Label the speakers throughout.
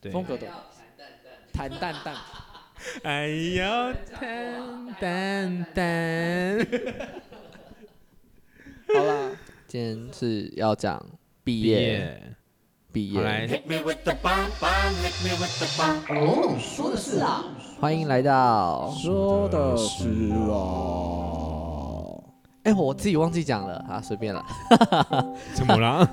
Speaker 1: 对
Speaker 2: 风格都坦淡淡，
Speaker 1: 哎呦，淡淡淡，
Speaker 2: 好啦，今天是要讲毕业，
Speaker 1: 耶！
Speaker 2: 毕
Speaker 1: 好来
Speaker 2: 业，
Speaker 1: ，Hit me with the bomb bomb, hit me with the bomb。
Speaker 2: 说的是啊，欢迎来到
Speaker 1: 说的是
Speaker 2: 啊。哎、我自己忘记讲了啊，随便了，
Speaker 1: 怎么了？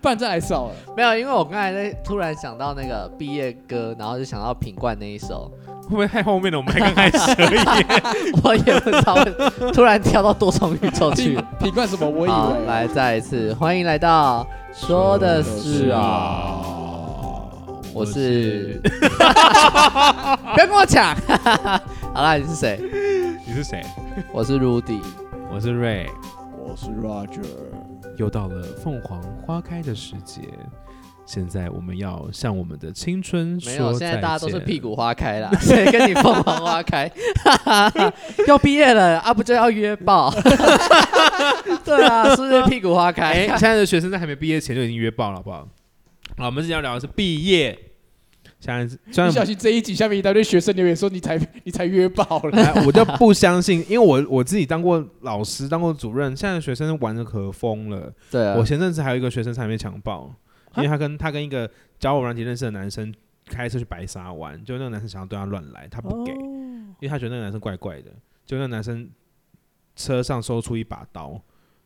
Speaker 2: 不然再来一首。没有，因为我刚才在突然想到那个毕业歌，然后就想到品冠那一 首，
Speaker 1: 会不会太后面了？我们才刚开始而已。
Speaker 2: 我也不知道为什么突然跳到多重宇宙啊去了。
Speaker 3: 品冠什么？ 我以
Speaker 2: 好，
Speaker 3: 为
Speaker 2: 来再一次，欢迎来到 说的是啊，我是， 不要跟我抢， 好啦，你是谁？
Speaker 1: 你是谁？
Speaker 2: 我是 Rudy，
Speaker 1: 我是瑞。
Speaker 3: 我是 Roger，
Speaker 1: 又到了凤凰花开的时节，现在我们要向我们的青春说
Speaker 2: 没
Speaker 1: 再
Speaker 2: 有，
Speaker 1: 见。
Speaker 2: 现在大家都是屁股花开啦，谁跟你凤凰花开？ 要毕业了啊，不就要约爆？ 对啊，是不是屁股花
Speaker 1: 哎、
Speaker 2: 开？
Speaker 1: 现在的学生在还没毕业前就已经约爆了，好不好？好，我们今天要聊的是毕业。现在是虽
Speaker 3: 你小
Speaker 1: 然
Speaker 3: 心这一集下面一大堆学生留言说你才 你才约爆了，
Speaker 1: 哎我就不相信，因为我我自己当过老师，当过主任，现在的学生玩的可疯了。
Speaker 2: 对啊
Speaker 1: 我，前阵子还有一个学生差点被强暴，因为他跟他跟一个交友软体认识的男生开车去白沙湾，就那个男生想要对他乱来，他
Speaker 2: 哦
Speaker 1: 不给，因为他觉得那个男生怪怪的，就那个男生车上搜出一把刀，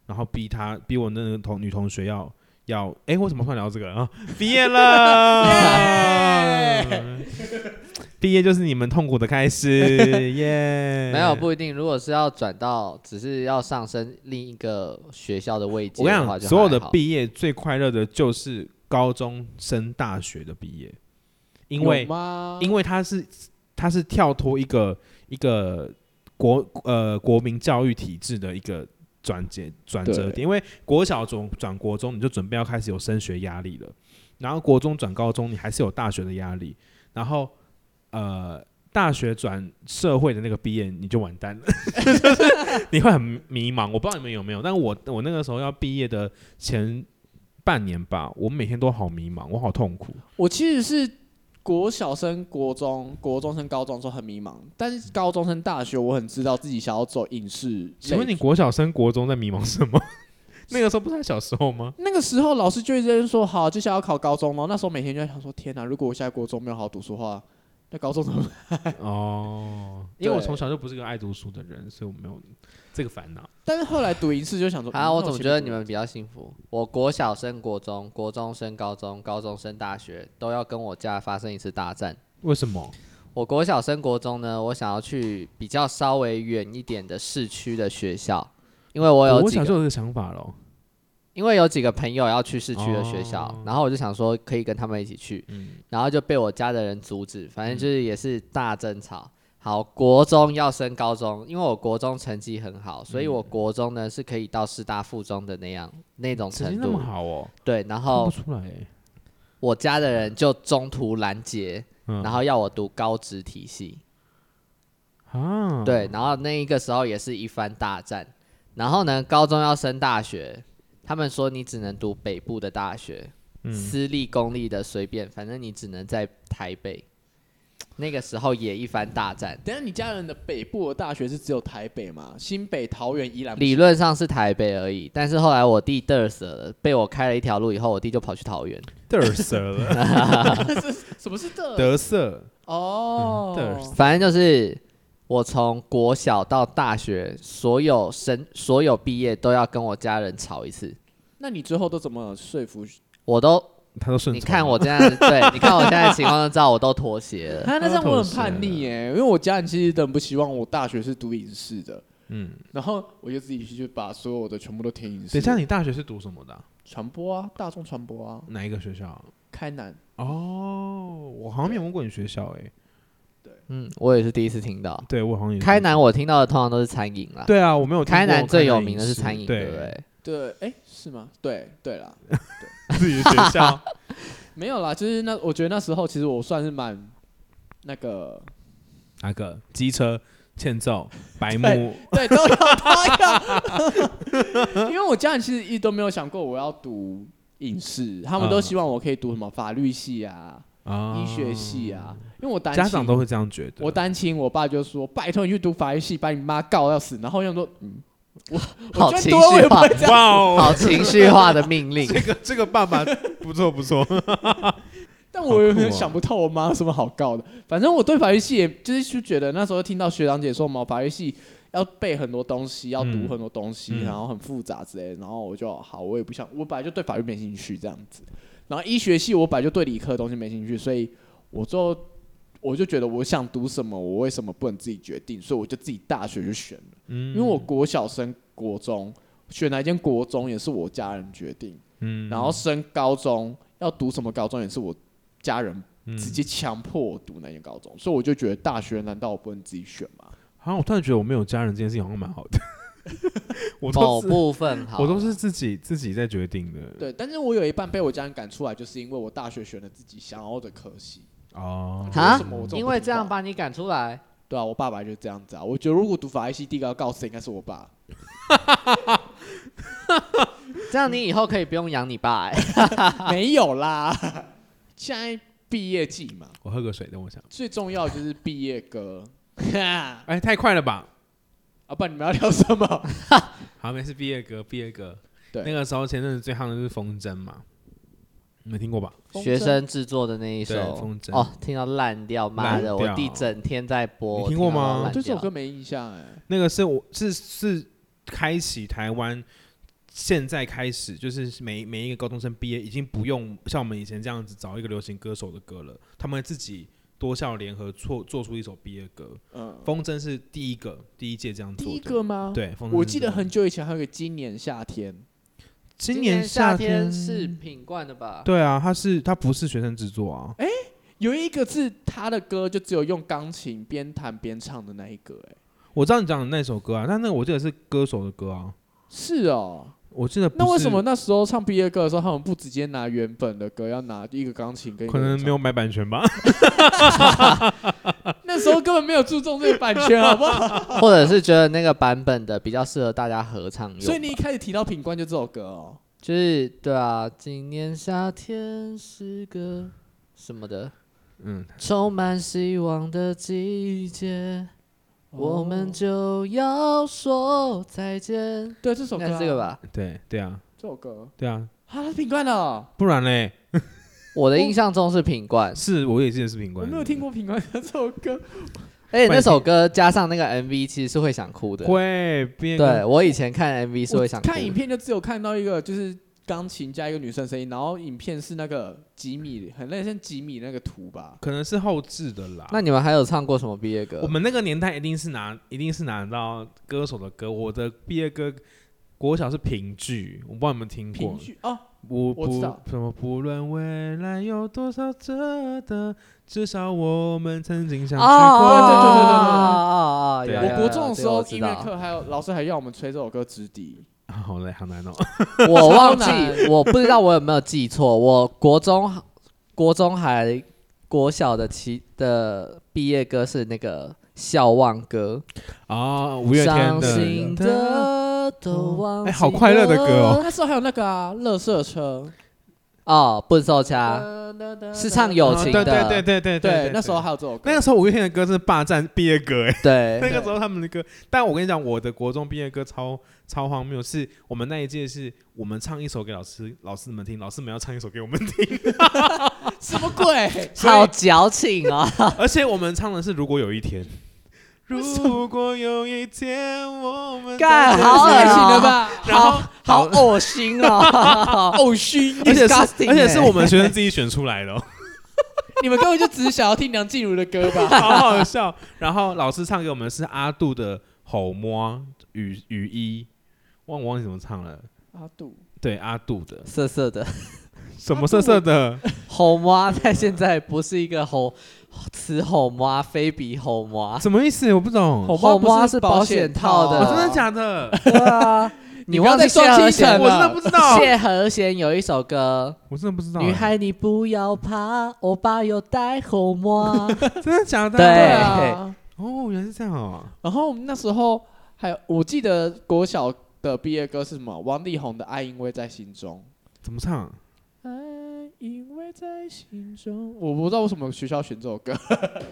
Speaker 1: 然后逼他逼我那个同女同学要要，哎、为什么突然聊这个啊？ 毕业了。 毕业就是你们痛苦的开始，耶！
Speaker 2: 没有不一定，如果是要转到只是要上升另一个学校的位置，
Speaker 1: 我跟你讲，所有的毕业最快乐的就是高中升大学的毕业，因为
Speaker 3: 有吗？
Speaker 1: 因为他是他是跳脱一个一个国呃国民教育体制的一个转折转折点，因为国小转转国中，你就准备要开始有升学压力了，然后国中转高中，你还是有大学的压力，然后呃。大学转社会的那个毕业，你就完蛋了， 就是你会很迷茫。我不知道你们有没有，但我我那个时候要毕业的前半年吧，我每天都好迷茫，我好痛苦。
Speaker 3: 我其实是国小升国中，国中升高中的时候很迷茫，但是高中升大学，我很知道自己想要走影视类。
Speaker 1: 请问你国小升国中在迷茫什 么？那个时候不是还小时候吗？
Speaker 3: 那个时候老师就一直在说好，接下来要考高中了。那时候每天就在想说，天哪，如果我现在国中没有好好读书的话，那高中怎么办？
Speaker 1: 哦，哎因为我
Speaker 3: 对
Speaker 1: 从小就不是个爱读书的人，所以我没有这个烦恼。
Speaker 3: 但是后来读影视就想说，
Speaker 2: 啊，
Speaker 3: 嗯
Speaker 2: 我
Speaker 3: 那
Speaker 2: 总
Speaker 3: 先
Speaker 2: 觉得
Speaker 3: 不
Speaker 2: 你们比较幸福。我国小升国中，国中升高中，高中升大学，都要跟我家发生一次大战。
Speaker 1: 为什么？
Speaker 2: 我国小升国中呢，我想要去比较稍微远一点的市区的学校，因为我有
Speaker 1: 我
Speaker 2: 几
Speaker 1: 小
Speaker 2: 个，
Speaker 1: 时候有这个想法咯。
Speaker 2: 因为有几个朋友要去市区的学校，
Speaker 1: 哦
Speaker 2: 然后我就想说可以跟他们一起去，
Speaker 1: 嗯，
Speaker 2: 然后就被我家的人阻止，反正就是也是大争吵。好，国中要升高中，因为我国中成绩很好，
Speaker 1: 嗯
Speaker 2: 所以我国中呢是可以到师大附中的那样那种
Speaker 1: 成绩
Speaker 2: 程
Speaker 1: 那
Speaker 2: 度
Speaker 1: 么。好哦，
Speaker 2: 对，然
Speaker 1: 看不
Speaker 2: 后
Speaker 1: 出来欸。
Speaker 2: 我家的人就中途拦截，
Speaker 1: 嗯
Speaker 2: 然后要我读高职体系。
Speaker 1: 啊，
Speaker 2: 对，然后那一个时候也是一番大战。然后呢，高中要升大学，他们说你只能读北部的大学，
Speaker 1: 嗯
Speaker 2: 私立、公立的随便，反正你只能在台北。那个时候也一番大战，
Speaker 3: 等一下，你家人的北部的大学是只有台北吗？新北、桃园、宜兰不是？
Speaker 2: 理论上是台北而已，但是后来我弟嘚瑟了，被我开了一条路以后，我弟就跑去桃园。
Speaker 1: 得瑟 了，
Speaker 3: 什么是的？
Speaker 1: 得瑟，
Speaker 3: 哦，
Speaker 1: 的
Speaker 2: 反正就是我从国小到大学，所有升所有毕业都要跟我家人吵一次，
Speaker 3: 那你最后都怎么说服？
Speaker 2: 我都
Speaker 1: 他都顺。
Speaker 2: 你看，我这 样，对，你看我现在的情况就知道我都妥协了。
Speaker 3: 啊，那这样我
Speaker 1: 头
Speaker 3: 很
Speaker 1: 是
Speaker 3: 叛逆耶，因为我家人其实都很不希望我大学是读影视的，
Speaker 1: 嗯，
Speaker 3: 然后我就自己去就把所有的全部都填影视。
Speaker 1: 等一下，你大学是读什么的啊？
Speaker 3: 传播啊，大众传播啊，
Speaker 1: 哪一个学校啊？
Speaker 3: 开南
Speaker 1: 哦，我好像没有问过你学校诶。
Speaker 2: 嗯，我也是第一次听到。
Speaker 1: 对，我好像也是
Speaker 2: 开。南我听到的通常都是餐饮啦，
Speaker 1: 对啊，我没有听过
Speaker 2: 开南最有名
Speaker 1: 饮
Speaker 2: 的是
Speaker 1: 食
Speaker 2: 餐饮，对不
Speaker 1: 对，
Speaker 2: 对？
Speaker 3: 对，哎、是吗？对对啦，
Speaker 1: 自己的学 校。
Speaker 3: 没有啦，就是那我觉得那时候其实我算是蛮那个，
Speaker 1: 哪个？机车、欠揍、白目，
Speaker 3: 对，都有都有， 因为我家人其实一直都没有想过我要读影视，他们都
Speaker 1: 嗯
Speaker 3: 希望我可以读什么法律系啊，
Speaker 2: 嗯
Speaker 1: 啊
Speaker 3: 医学系啊，因为我单
Speaker 1: 家
Speaker 3: 亲
Speaker 1: 长都会这样觉得。
Speaker 3: 我单亲，我爸就说：“拜托你去读法医系，把你妈告要死。”然后我想说：“嗯，我
Speaker 2: 好
Speaker 3: 赚
Speaker 2: 情
Speaker 3: 多我也
Speaker 2: 绪
Speaker 3: 不
Speaker 2: 化
Speaker 3: 会，这样。
Speaker 1: 哇哦，
Speaker 2: 好情绪化的命 令。
Speaker 1: 这个这个爸爸不错不错，”
Speaker 3: 但我有
Speaker 1: 好酷
Speaker 3: 点
Speaker 1: 哦
Speaker 3: 想不透我妈有什么好告的。反正我对法医系也就是就觉得那时候听到学长姐说嘛，法医系要背很多东西，要读
Speaker 1: 嗯
Speaker 3: 很多东西，
Speaker 1: 嗯
Speaker 3: 然后很复杂之类的。然后我就好，我也不想，我本来就对法律没兴趣这样子。然后医学系我本来就对理科的东西没兴趣，所以我就我就觉得我想读什么，我为什么不能自己决定？所以我就自己大学就选了。
Speaker 1: 因
Speaker 3: 因为我国小升国中，选哪一间国中也是我家人决定，
Speaker 1: 嗯
Speaker 3: 然后升高中要读什么高中也是我家人
Speaker 1: 嗯
Speaker 3: 直接强迫我读那间高中，所以我就觉得大学难道我不能自己选吗？
Speaker 1: 好像我突然觉得我没有家人这件事情好像蛮好的， 我
Speaker 2: 某
Speaker 1: 都是
Speaker 2: 部分好，
Speaker 1: 我都是自己自己在决定的。
Speaker 3: 对，但是我有一半被我家人赶出来，就是因为我大学选了自己想要的科系。
Speaker 1: 哦，
Speaker 2: 啊
Speaker 3: 为什么我这么不听话
Speaker 2: 因为这样把你赶出来，
Speaker 3: 对啊，我爸爸就是这样子啊。我觉得如果读法医系，第一个要告死应该是 我爸。
Speaker 2: 这样你以后可以不用养你爸、欸。
Speaker 3: 没有啦，现在毕业季嘛，
Speaker 1: 我喝个水，等我想。
Speaker 3: 最重要就是毕业歌。 啊，
Speaker 1: 哎，太快了吧！
Speaker 3: 不然你们要聊什么？
Speaker 1: 好，没事，毕业歌，毕业歌。
Speaker 3: 对
Speaker 1: 那个时候前阵子最夯的就是风筝嘛，你没听过吧？
Speaker 2: 学生制作的那一首
Speaker 1: 对风筝
Speaker 2: 哦，听到烂掉，妈
Speaker 1: 烂
Speaker 2: 的，
Speaker 1: 掉
Speaker 2: 我弟整天在播，
Speaker 1: 你听过吗
Speaker 2: 我听
Speaker 3: 我对啊
Speaker 2: 到
Speaker 3: 这
Speaker 2: 烂
Speaker 3: 首歌
Speaker 2: 掉
Speaker 3: 没印象哎、
Speaker 1: 那个是我是是开启台湾现在开始，就是每每一个高中生毕业已经不用像我们以前这样子找一个流行歌手的歌了，他们自己多校联合做做出一首毕业歌。
Speaker 3: 嗯，
Speaker 1: 风筝是第一个第一届这样做的，
Speaker 3: 第一个吗？，
Speaker 1: 对，风筝是
Speaker 3: 我记得
Speaker 1: 这样
Speaker 3: 很久以前还有一个今年夏天，
Speaker 1: 今
Speaker 2: 年
Speaker 1: 夏
Speaker 2: 天是品冠的吧？
Speaker 1: 对啊，他是他不是学生制作啊，
Speaker 3: 有一个是他的歌就只有用钢琴边弹边唱的那一个、哎，
Speaker 1: 我知道你讲的那首歌啊，但那个我记得是歌手的歌啊，
Speaker 3: 是哦。
Speaker 1: 我记得不
Speaker 3: 那为
Speaker 1: 是
Speaker 3: 什么那时候唱毕业歌的时候，他们不直接拿原本的歌，要拿一个钢琴跟一个
Speaker 1: 可能
Speaker 3: 人
Speaker 1: 没有买版权吧？
Speaker 3: 唱？那时候根本没有注重这个版权，好不 好？
Speaker 2: 或者是觉得那个版本的比较适合大家合唱用吧，
Speaker 3: 所以你一开始提到品冠就这首歌哦，
Speaker 2: 就是对啊，今年夏天是个什么的，
Speaker 1: 嗯，
Speaker 2: 充满希望的季节，我们
Speaker 3: 哦
Speaker 2: 就要说再见。
Speaker 3: 对这首
Speaker 2: 应
Speaker 3: 歌、啊
Speaker 2: 该是这个？吧？
Speaker 1: 对对啊，
Speaker 3: 这首歌
Speaker 1: 对啊，
Speaker 3: 啊，是品冠的哦、
Speaker 1: 不然嘞，
Speaker 2: 我的印象中是品冠，
Speaker 1: 是我也记得是品
Speaker 3: 我
Speaker 1: 冠，
Speaker 3: 没有听过品冠的这首歌。
Speaker 2: 而且那首歌加上那个 MV，其实是会想哭的。
Speaker 1: 会变
Speaker 2: 对我以前看 MV 是
Speaker 3: 我
Speaker 2: 会想哭
Speaker 3: 看影
Speaker 2: 的，
Speaker 3: 片就只有看到一个就是钢琴加一个女生声音，然后影片是那个吉米，很类似吉米那个图吧。
Speaker 1: 可能是后置的啦。
Speaker 2: 那你们还有唱过什么毕业歌
Speaker 1: 我？们那个年代一定是拿一定是拿到歌手的歌，我的毕业歌。国小是评剧，我不知道你们听
Speaker 3: 评
Speaker 1: 过。
Speaker 3: 剧哦，
Speaker 1: 我
Speaker 3: 我
Speaker 1: 不
Speaker 3: 知道
Speaker 1: 什么，不论未来有多少折得，至少我们曾经相
Speaker 2: 哦
Speaker 1: 聚过。
Speaker 2: 哦哦哦！
Speaker 1: 对
Speaker 2: 有
Speaker 1: 对
Speaker 2: 有
Speaker 3: 我国中
Speaker 2: 有
Speaker 3: 的
Speaker 2: 这
Speaker 3: 时
Speaker 2: 个
Speaker 3: 候
Speaker 2: 我知
Speaker 3: 音乐
Speaker 2: 道
Speaker 3: 课还有老师还要我们吹这首歌直笛，
Speaker 1: 好嘞，好难哦。
Speaker 2: 我忘记
Speaker 3: 超难，
Speaker 2: 我不知道我有没有记错。我国中、国中还国小的期的毕业歌是那个《笑忘歌
Speaker 1: 啊，五》，月天
Speaker 2: 伤心
Speaker 1: 的。
Speaker 2: 的都忘记了。
Speaker 1: 哎好快乐的歌哦
Speaker 3: 那时候还有那个啊，乐色车
Speaker 2: 哦，不收掐，是唱友情
Speaker 1: 哦对
Speaker 2: 的。
Speaker 1: 对对对对
Speaker 3: 对，那时候还有这首歌。
Speaker 1: 那个时候五月天的歌是霸占毕业歌哎，那
Speaker 2: 对
Speaker 1: 个时候他们的歌，但我跟你讲，我的国中毕业歌超超荒谬，是我们那一届是我们唱一首给老师老师们听，老师们要唱一首给我们 听，
Speaker 3: 什么鬼？
Speaker 1: 所以
Speaker 2: 好矫情哦！
Speaker 1: 而且我们唱的是如果有一 天，
Speaker 3: 为什
Speaker 1: 如果有一天我们
Speaker 2: 干
Speaker 1: 在
Speaker 2: 好恶
Speaker 3: 太
Speaker 2: 心
Speaker 3: 行了 吧？
Speaker 1: 然后
Speaker 2: 好恶心哦！
Speaker 3: 偶熏，
Speaker 1: 而且是
Speaker 2: disgusting
Speaker 1: 而且
Speaker 2: 欸
Speaker 1: 是我们学生自己选出来的哦、
Speaker 3: 你们根本就只是想要听梁静茹的歌吧？
Speaker 1: 好好笑。然后老师唱给我们是阿杜的《吼摸雨雨衣》，忘我忘记怎么唱了。
Speaker 3: 阿 杜，
Speaker 1: 对阿杜的
Speaker 2: 色色的
Speaker 1: 什么色色的，
Speaker 2: 吼妈，在现在不是一个吼此吼妈，非彼吼妈。
Speaker 1: 什么意思？我不懂。
Speaker 3: 好
Speaker 2: 好
Speaker 3: 妈
Speaker 2: 妈
Speaker 3: 不
Speaker 2: 是保
Speaker 3: 保
Speaker 2: 险套
Speaker 3: 套
Speaker 2: 的
Speaker 1: 哦真的假 的？
Speaker 2: 对啊，
Speaker 3: 你
Speaker 2: 你
Speaker 3: 不要
Speaker 2: 忘
Speaker 3: 再
Speaker 2: 记
Speaker 3: 双
Speaker 2: 谢和
Speaker 3: 七成
Speaker 2: 弦
Speaker 1: 我真
Speaker 3: 了
Speaker 1: 的不知道，
Speaker 2: 谢和弦有一首歌
Speaker 1: 我真的不知道
Speaker 2: 《
Speaker 1: 欸。
Speaker 2: 女孩你不要怕》，欧巴有带红 吗？
Speaker 1: 真的假的？
Speaker 2: 对
Speaker 3: 对啊。
Speaker 1: 哦，原来是这样哦。
Speaker 3: 然后我们那时候还有，我记得国小的毕业歌是什么？王力宏的《爱因为在心中
Speaker 1: 怎么唱？》。
Speaker 3: 爱因为在心中，我不知道为什么学校选这首歌，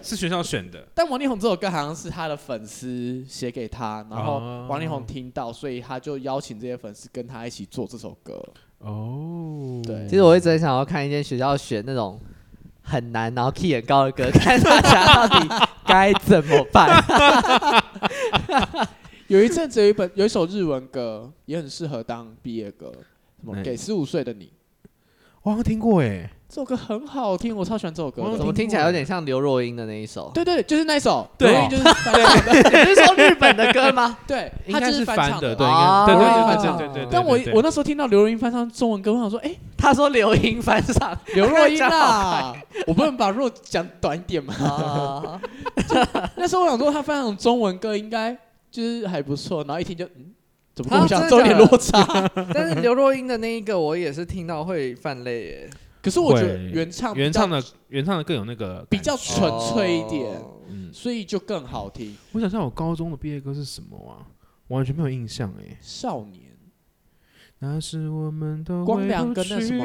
Speaker 1: 是学校选的，
Speaker 3: 但王力宏这首歌好像是他的粉丝写给他，然后王力宏听到，所以他就邀请这些粉丝跟他一起做这首歌。
Speaker 1: 哦，
Speaker 3: 对
Speaker 2: 其实我一直很想要看一间学校选那种很难，然后 key 很高的歌，看大家到底该怎么 办。
Speaker 3: 有一阵子有一本有一首日文歌也很适合当毕业歌，什么
Speaker 1: 哪一
Speaker 3: 给十五岁的你，
Speaker 1: 我好像听过哎，
Speaker 3: 这首歌很好听，我超喜欢这首歌
Speaker 1: 我有
Speaker 2: 怎
Speaker 3: 哦的。
Speaker 2: 么听起来有点像刘若英的那一首？
Speaker 3: 对对，就是那一首，
Speaker 1: 对
Speaker 3: 然后就是翻唱 的，
Speaker 2: 你是说日本的歌吗？
Speaker 3: 对，
Speaker 1: 应
Speaker 3: 他
Speaker 1: 该
Speaker 3: 就是翻
Speaker 1: 翻
Speaker 3: 唱
Speaker 1: 的，
Speaker 3: 的。
Speaker 1: 对，应
Speaker 2: 哦
Speaker 1: 该对
Speaker 3: 翻
Speaker 1: 对对
Speaker 3: 唱
Speaker 1: 对对对对。
Speaker 3: 但我
Speaker 1: 对
Speaker 3: 我那时候听到刘若英翻唱中文歌，我想说，哎，
Speaker 2: 他说刘英翻唱，
Speaker 3: 刘若英
Speaker 2: 这样好
Speaker 3: 啊， 我不能把若讲短一点吗？
Speaker 2: 哦
Speaker 3: 那时候我想说他翻唱中文歌应该就是还不错，然后一听就嗯，怎么跟
Speaker 2: 啊
Speaker 3: 我想
Speaker 2: 真的
Speaker 3: 中有点
Speaker 2: 假的
Speaker 3: 落差？
Speaker 2: 但是刘若英的那一个我也是听到会泛泪耶，
Speaker 3: 可是我觉得
Speaker 1: 会
Speaker 3: 原唱比较
Speaker 1: 原唱的原唱的更有那个
Speaker 3: 比
Speaker 1: 感
Speaker 3: 较
Speaker 1: 觉
Speaker 3: 纯粹一点，
Speaker 2: 哦
Speaker 1: 嗯，
Speaker 3: 所以就更好听。
Speaker 1: 我想想我高中的毕业歌是什么啊？完全没有印象哎。
Speaker 3: 少年
Speaker 1: 那是我们都
Speaker 3: 光良跟那什么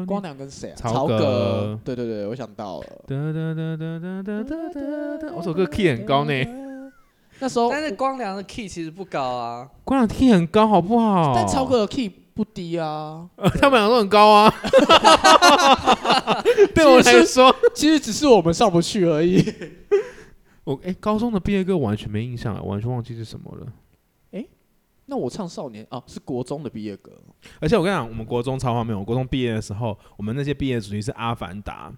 Speaker 1: 么
Speaker 3: 光良跟谁啊？
Speaker 1: 曹
Speaker 3: 曹格
Speaker 1: 格。
Speaker 3: 对对对，我想到了。
Speaker 1: 哒哒哒哒哒哒哒哒哒，哦我首歌 key 很高呢，
Speaker 3: 那时
Speaker 1: 哦
Speaker 3: 候，
Speaker 2: 哦但是光良的 key 其实不高啊，
Speaker 1: 光良 key 很高，好不好？
Speaker 3: 但曹格的 key 不低啊。
Speaker 1: 他们两个都很高 啊。对我来说，
Speaker 3: 其实只是我们上不去而已。
Speaker 1: 我哎、高中的毕业歌完全没印象了，完全忘记是什么了。
Speaker 3: 那我唱少年啊，是国中的毕业歌。
Speaker 1: 而且我跟你讲，我们国中超荒谬。我国中毕业的时候，我们那些毕业主题是《阿凡达》，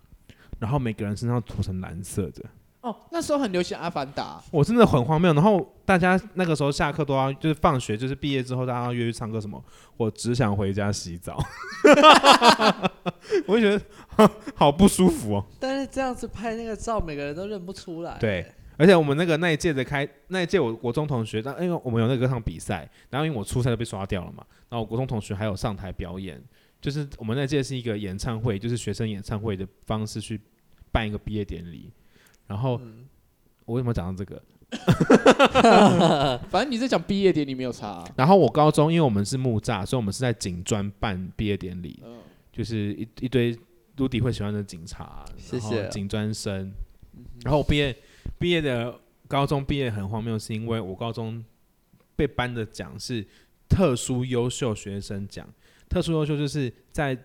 Speaker 1: 然后每个人身上涂成蓝色的，
Speaker 3: 哦，那时候很流行《阿凡达
Speaker 1: 我真的很荒谬。然后大家那个时候下课都要，就是放学，就是毕业之后大家要约去唱歌什么。我只想回家洗澡， 我就觉得 哼好不舒服哦。
Speaker 2: 但是这样子拍那个照，每个人都认不出来。
Speaker 1: 对，而且我们那个那一届的开那一届我国中同学，但因为我们有那个歌唱比赛，然后因为我初赛就被刷掉了嘛，然后我国中同学还有上台表演，就是我们那届是一个演唱会，就是学生演唱会的方式去办一个毕业典礼。然后、我为什么讲到这个？》，
Speaker 3: 反正你在讲毕业典礼没有差啊、
Speaker 1: 然后我高中因为我们是木栅，所以我们是在警专办毕业典礼，
Speaker 2: 嗯
Speaker 1: 就是一一堆陆迪会喜欢的警察，
Speaker 2: 谢谢嗯
Speaker 1: 然后警专生。然后我毕业毕业的高中毕业很荒谬，是因为我高中被颁的奖是特殊优秀学生奖。特殊优秀就是在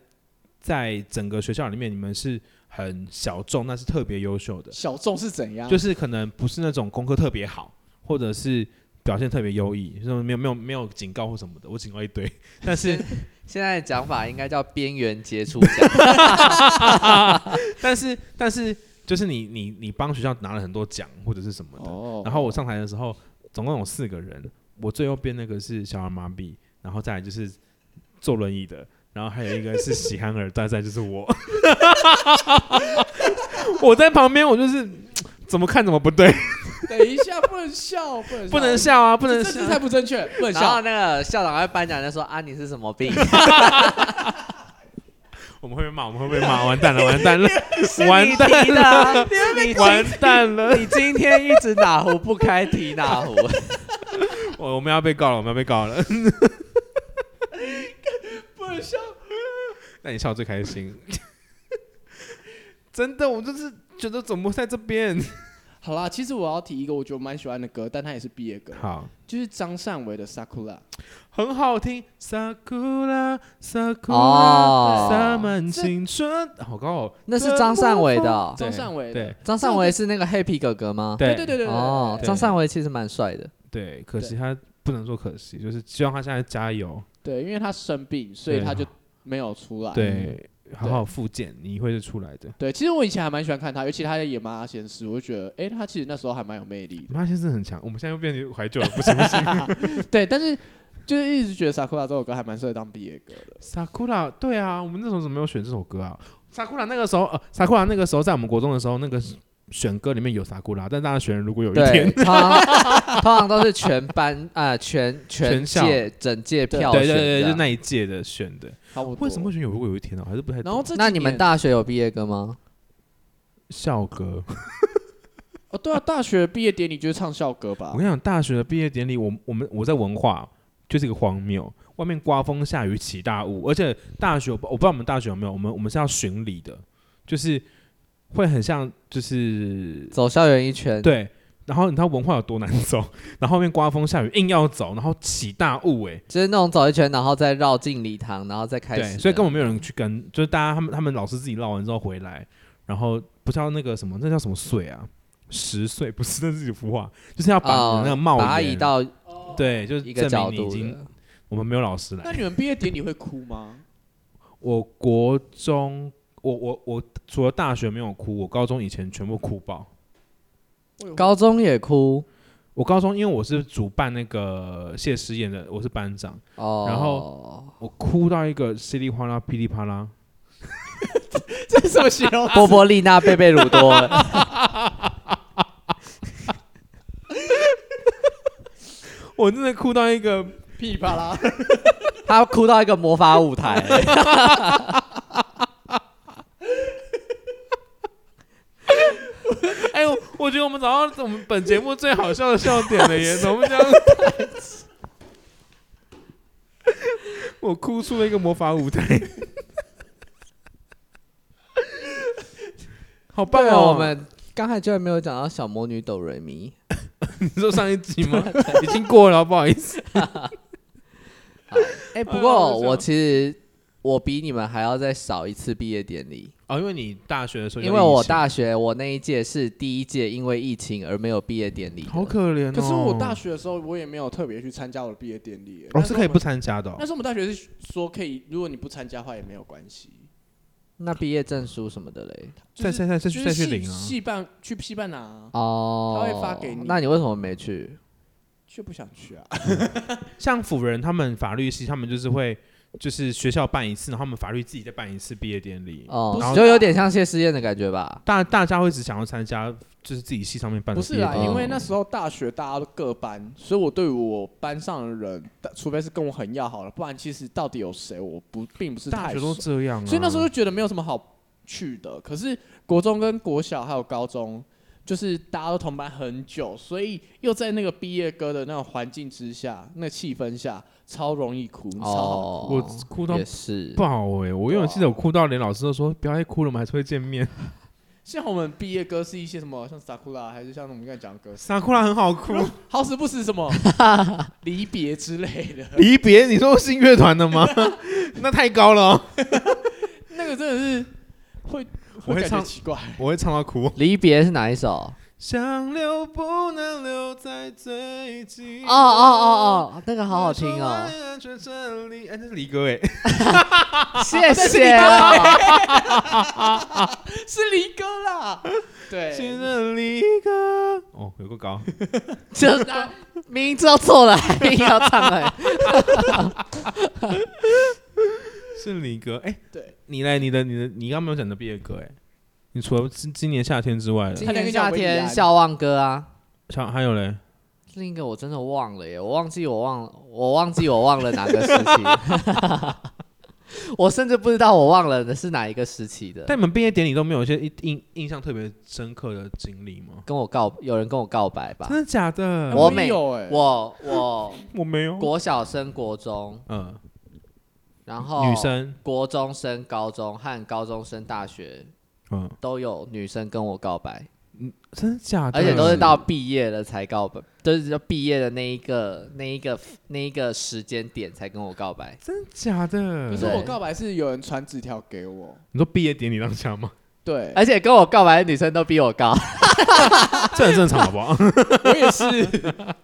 Speaker 1: 在整个学校里面，你们是很小众，那是特别优秀的。
Speaker 3: 小众是怎样？
Speaker 1: 就是可能不是那种功课特别好，或者是表现特别优异，就是没有没有没有警告或什么的，我警告一堆。但是
Speaker 2: 现在的讲法应该叫边缘杰出 奖。
Speaker 1: 但是但是就是你你你帮学校拿了很多奖或者是什么的。
Speaker 3: 哦
Speaker 1: 然后我上台的时候，总共有四个人，我最右边那个是小儿麻痹，然后再来就是坐轮椅的，然后还有一个是喜憨儿，再再就是我。 我在旁边，我就是怎么看怎么不对，
Speaker 3: 等一下，不能笑，不能
Speaker 1: 不能，笑啊，不能
Speaker 3: 这
Speaker 1: 笑
Speaker 3: 这才不正确，不能
Speaker 2: 然后
Speaker 3: 笑。
Speaker 2: 那个校长在颁奖就说：“啊，你是什么病
Speaker 1: 我们会被骂，我们会被骂，完蛋 了，完蛋了， 完
Speaker 2: 是你
Speaker 1: 蛋
Speaker 2: 提的啊
Speaker 1: 了，完蛋？”了，
Speaker 2: 你今天一直哪壶不开提哪壶。
Speaker 1: 我我们要被告了，我们要被告了，
Speaker 3: 不能笑。
Speaker 1: 那你笑得最开心， 真的，我就是觉得怎么在这边？
Speaker 3: 好啦，其实我要提一个我觉得我蛮喜欢的歌，但它也是毕业歌，
Speaker 1: 好，
Speaker 3: 就是张善伟的《Sakura》。
Speaker 1: 很好听，Sakura Sakura
Speaker 2: 哦
Speaker 1: 洒满青春，好高哦，
Speaker 2: 那是张善伟的哦、
Speaker 1: 对
Speaker 3: 张善伟的
Speaker 1: 对
Speaker 2: 张善伟是那个 Happy 哥哥吗？
Speaker 3: 对对对对对，
Speaker 2: 哦，
Speaker 3: 对
Speaker 2: 张善伟其实蛮帅的。
Speaker 1: 对，可惜他不能说可惜，就是希望他现在加油，
Speaker 3: 对，因为他生病，所以
Speaker 1: 对
Speaker 3: 他就没有出来。
Speaker 1: 对，好好复健，你会是出来的。
Speaker 3: 对，其实我以前还蛮喜欢看他，尤其他在演《妈妈先师》，我就觉得，哎，他其实那时候还蛮有魅力的。
Speaker 1: 妈先生很强，我们现在又变成怀旧了，不行不行。
Speaker 3: 对，但是就是一直觉得《Sakura》这首歌还蛮适合当毕业歌的。
Speaker 1: Sakura，对啊，我们那时候怎么没有选这首歌啊？Sakura 那个时候，呃，Sakura 那个时候在我们国中的时候，那个选歌里面有 Sakura，但大家选如果有一
Speaker 2: 对
Speaker 1: 天，，
Speaker 2: 通常通常都是全班啊、全全
Speaker 1: 全校
Speaker 2: 届整届票
Speaker 1: 对
Speaker 2: 选
Speaker 1: 对
Speaker 2: 这
Speaker 1: 对，就
Speaker 2: 样。
Speaker 1: 那一届的选的。
Speaker 3: 差不多。
Speaker 1: 为什么会选有如果有一天呢、我还是不太懂。
Speaker 3: 然后这
Speaker 2: 那
Speaker 3: 几
Speaker 2: 你们
Speaker 3: 年
Speaker 2: 大学有毕业歌吗？
Speaker 1: 校歌，
Speaker 3: 哦，对啊，大学毕业
Speaker 2: 啊
Speaker 3: 典礼就是唱校歌吧
Speaker 1: 我跟？你讲，大学的毕业典礼，我我们我在文化就是一个荒谬。外面刮风下雨起大雾，而且大学我不我不知道我们大学有没有，我们我们是要巡礼的，就是会很像就是
Speaker 2: 走校园一圈，
Speaker 1: 对，然后你知道文化有多难走， 然后后面刮风下雨硬要走，然后起大雾哎、
Speaker 2: 就是那种走一圈，然后再绕进礼堂，然后再开
Speaker 1: 对，
Speaker 2: 始。
Speaker 1: 所以根本没有人去跟，就是大家他们他们老师自己绕完之后回来，然后不知道那个什么，那叫什么岁啊？十岁不是，那是一幅画，就是要把你
Speaker 2: 啊，
Speaker 1: 的那个帽
Speaker 2: 把它
Speaker 1: 檐
Speaker 2: 移到
Speaker 1: 对，就是
Speaker 2: 一个
Speaker 1: 证明
Speaker 2: 角
Speaker 1: 你已
Speaker 2: 度
Speaker 1: 经
Speaker 2: 的。
Speaker 1: 我们没有老师
Speaker 3: 那
Speaker 1: 来。
Speaker 3: 你们毕业典礼会哭 吗？
Speaker 1: 我国中，我我我除了大学没有哭，我高中以前全部哭爆。
Speaker 2: 哦高中也哭
Speaker 1: 我高中因为我是主办那个谢师宴的，我是班长，
Speaker 2: 哦，
Speaker 1: 然后我哭到一个稀里哗啦、噼里啪啦。
Speaker 3: 这是什么形 容？
Speaker 2: 波波丽娜贝贝鲁 多了
Speaker 1: 我真的哭到一个
Speaker 3: 噼里啪啦，
Speaker 2: 她哭到一个魔法舞 台。
Speaker 1: 啊哎、呦，我觉得我们找到我们本节目最好笑的笑点了耶！ 怎么这样？ 我哭出了一个魔法舞台，好棒
Speaker 2: 对啊
Speaker 1: 哦！
Speaker 2: 我们刚才居然没有讲到小魔女斗瑞咪。
Speaker 1: 你说上一集吗？已经过了，不好意思。
Speaker 2: 哎，
Speaker 1: 哎
Speaker 2: 不
Speaker 1: 呀
Speaker 2: 过
Speaker 1: 为什么
Speaker 2: 我其实我比你们还要再少一次毕业典礼，
Speaker 1: 哦，因为你大学的时候有疫
Speaker 2: 因
Speaker 1: 情，
Speaker 2: 为我大学我那一届是第一届因为疫情而没有毕业典礼的。
Speaker 1: 好可怜哦。
Speaker 3: 可是我大学的时候，我也没有特别去参加我的毕业典礼耶。
Speaker 1: 哦
Speaker 3: 但
Speaker 1: 是可以
Speaker 3: 我们
Speaker 1: 不参加的、
Speaker 3: 那
Speaker 1: 哦。
Speaker 3: 时候我们大学是说可以，如果你不参加的话也没有关系。
Speaker 2: 那毕业证书什么的嘞？
Speaker 1: 再再再再
Speaker 3: 就
Speaker 1: 去
Speaker 3: 是
Speaker 1: 再去
Speaker 3: 系
Speaker 1: 领啊！
Speaker 3: 系办去系办拿啊，
Speaker 2: 哦，
Speaker 3: 他会发给你
Speaker 2: 那你为什么没去？
Speaker 3: 却不想去啊。
Speaker 1: 像辅仁他们法律系，他们就是会就是学校办一次，然后他们法律自己再办一次毕业典礼。
Speaker 2: 哦
Speaker 3: 不是，
Speaker 2: 就有点像谢师宴的感觉吧？
Speaker 1: 大大家会只想要参加，就是啊自己系上面办的
Speaker 3: 不
Speaker 1: 毕
Speaker 3: 是
Speaker 1: 业
Speaker 3: 啦，
Speaker 1: 典礼。
Speaker 3: 因为那时候大学大家都各班，所以我对于我班上的人，但除非是跟我很要好的，不然其实到底有谁，我不并不是
Speaker 1: 大
Speaker 3: 太
Speaker 1: 学都
Speaker 3: 熟
Speaker 1: 这样、啊，
Speaker 3: 所以那时候
Speaker 2: 嗯
Speaker 3: 就觉得没有什么好去的。可是国中跟国小还有高中，就是大家都同班很久，所以又在那个毕业歌的那种环境之下，那气氛下，超容易哭，超好哭。
Speaker 2: 哦，
Speaker 1: 我哭到
Speaker 2: 也是
Speaker 1: 爆哎、我永远记得我哭到连老师都说不要再哭了，我们还是会见 面。
Speaker 3: 像我们毕业歌是一些什么，像《萨库拉》还是像我们刚才讲的歌，
Speaker 1: 傻哭啦，很好哭。
Speaker 3: 好死不死 什么离别之类的，
Speaker 1: 离别，你说是乐团的吗？那太高了、哦，
Speaker 3: 那个真的是会
Speaker 1: 我会
Speaker 3: 感觉
Speaker 1: 唱
Speaker 3: 奇怪。
Speaker 1: 我会唱到哭。
Speaker 2: 离别是哪一首？哦
Speaker 1: 想留不能留在最近。
Speaker 2: 哦哦哦，那个好好听哦，
Speaker 1: 哎，这是离歌哎，
Speaker 2: 谢谢啊。
Speaker 3: 是离歌啦，对，
Speaker 1: 的离歌。哦，有个高。
Speaker 2: 就是他明知道错了， 还硬要唱哎。
Speaker 1: 是你歌，哎、
Speaker 3: 对，
Speaker 1: 你嘞，你的你的你刚没有讲你的毕业歌、哎，你除了今今年夏天之外 的，
Speaker 2: 今
Speaker 3: 他两
Speaker 2: 年
Speaker 3: 个
Speaker 2: 夏
Speaker 3: 叫维里
Speaker 2: 天
Speaker 3: 安
Speaker 2: 笑忘歌啊，
Speaker 1: 像还有嘞，
Speaker 2: 另一个我真的忘了耶，我忘记我忘我忘记我忘了哪个时期， 我甚至不知道我忘了是哪一个时期的。
Speaker 1: 但你们毕业典礼都没有一些印印印象特别深刻的经历吗？
Speaker 2: 跟我告有人跟我告白吧，
Speaker 1: 真的假的？
Speaker 2: 我每
Speaker 3: 没有哎，
Speaker 2: 我我
Speaker 1: 我没有。
Speaker 2: 国小升国中，
Speaker 1: 嗯，
Speaker 2: 然后
Speaker 1: 女生，
Speaker 2: 国中升高中和高中升大学
Speaker 1: 嗯，
Speaker 2: 都有女生跟我告白，
Speaker 1: 啊真的假的？
Speaker 2: 而且都是到毕业了才告白，就是要毕业的那一个那一个那一个时间点才跟我告白。
Speaker 1: 真的假的
Speaker 3: 可。是
Speaker 2: 对
Speaker 3: 我告白是有人传纸条给我，
Speaker 1: 你说毕业典礼当下吗？
Speaker 3: 对，
Speaker 2: 而且跟我告白的女生都比我高，
Speaker 1: 这很正常，好不 好？
Speaker 3: 我也是，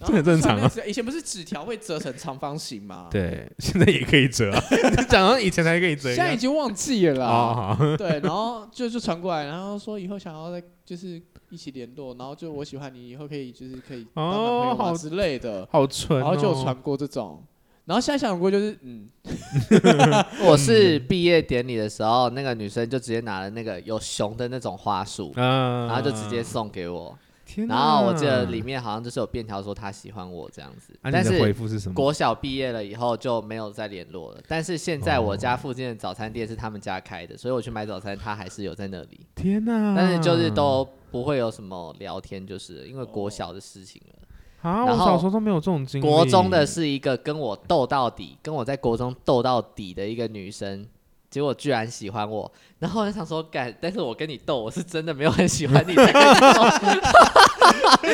Speaker 1: 这很正常啊。
Speaker 3: 以前不是纸条会折成长方形吗？，
Speaker 1: 对，现在也可以折、啊， 讲到以前才可以折一
Speaker 3: 现
Speaker 1: 样。
Speaker 3: 在已经忘记了啦。
Speaker 1: 哦，好，
Speaker 3: 对，然后就就传过来，然后说以后想要再就是一起联络，然后就我喜欢你，以后可以就是可以当男朋
Speaker 1: 哦
Speaker 3: 友啊
Speaker 1: 好
Speaker 3: 之类的，
Speaker 1: 好蠢、哦
Speaker 3: 然后就有传，过这种。然后现在想过就是，嗯，
Speaker 1: 嗯
Speaker 2: 我是毕业典礼的时候，那个女生就直接拿了那个有熊的那种花束，
Speaker 1: 嗯，
Speaker 2: 然后就直接送给我。
Speaker 1: 天哪。
Speaker 2: 然后我记得里面好像就是有便条说她喜欢我这样子，
Speaker 1: 啊，你
Speaker 2: 但
Speaker 1: 的回
Speaker 2: 是
Speaker 1: 复是什么？
Speaker 2: 国小毕业了以后就没有再联络了。但是现在我家附近的早餐店是他们家开的，所以我去买早餐，她还是有在那里，
Speaker 1: 天呐！
Speaker 2: 但是就是都不会有什么聊天，就是因为国小的事情了。
Speaker 1: 啊，我
Speaker 2: 然后
Speaker 1: 小时候都没有这种经历。
Speaker 2: 国中的是一个跟我斗到底，跟我在国中斗到底的一个女生，结果居然喜欢我，然后我就想说，干， 但是我跟你斗，我是真的没有很喜欢你，在跟你斗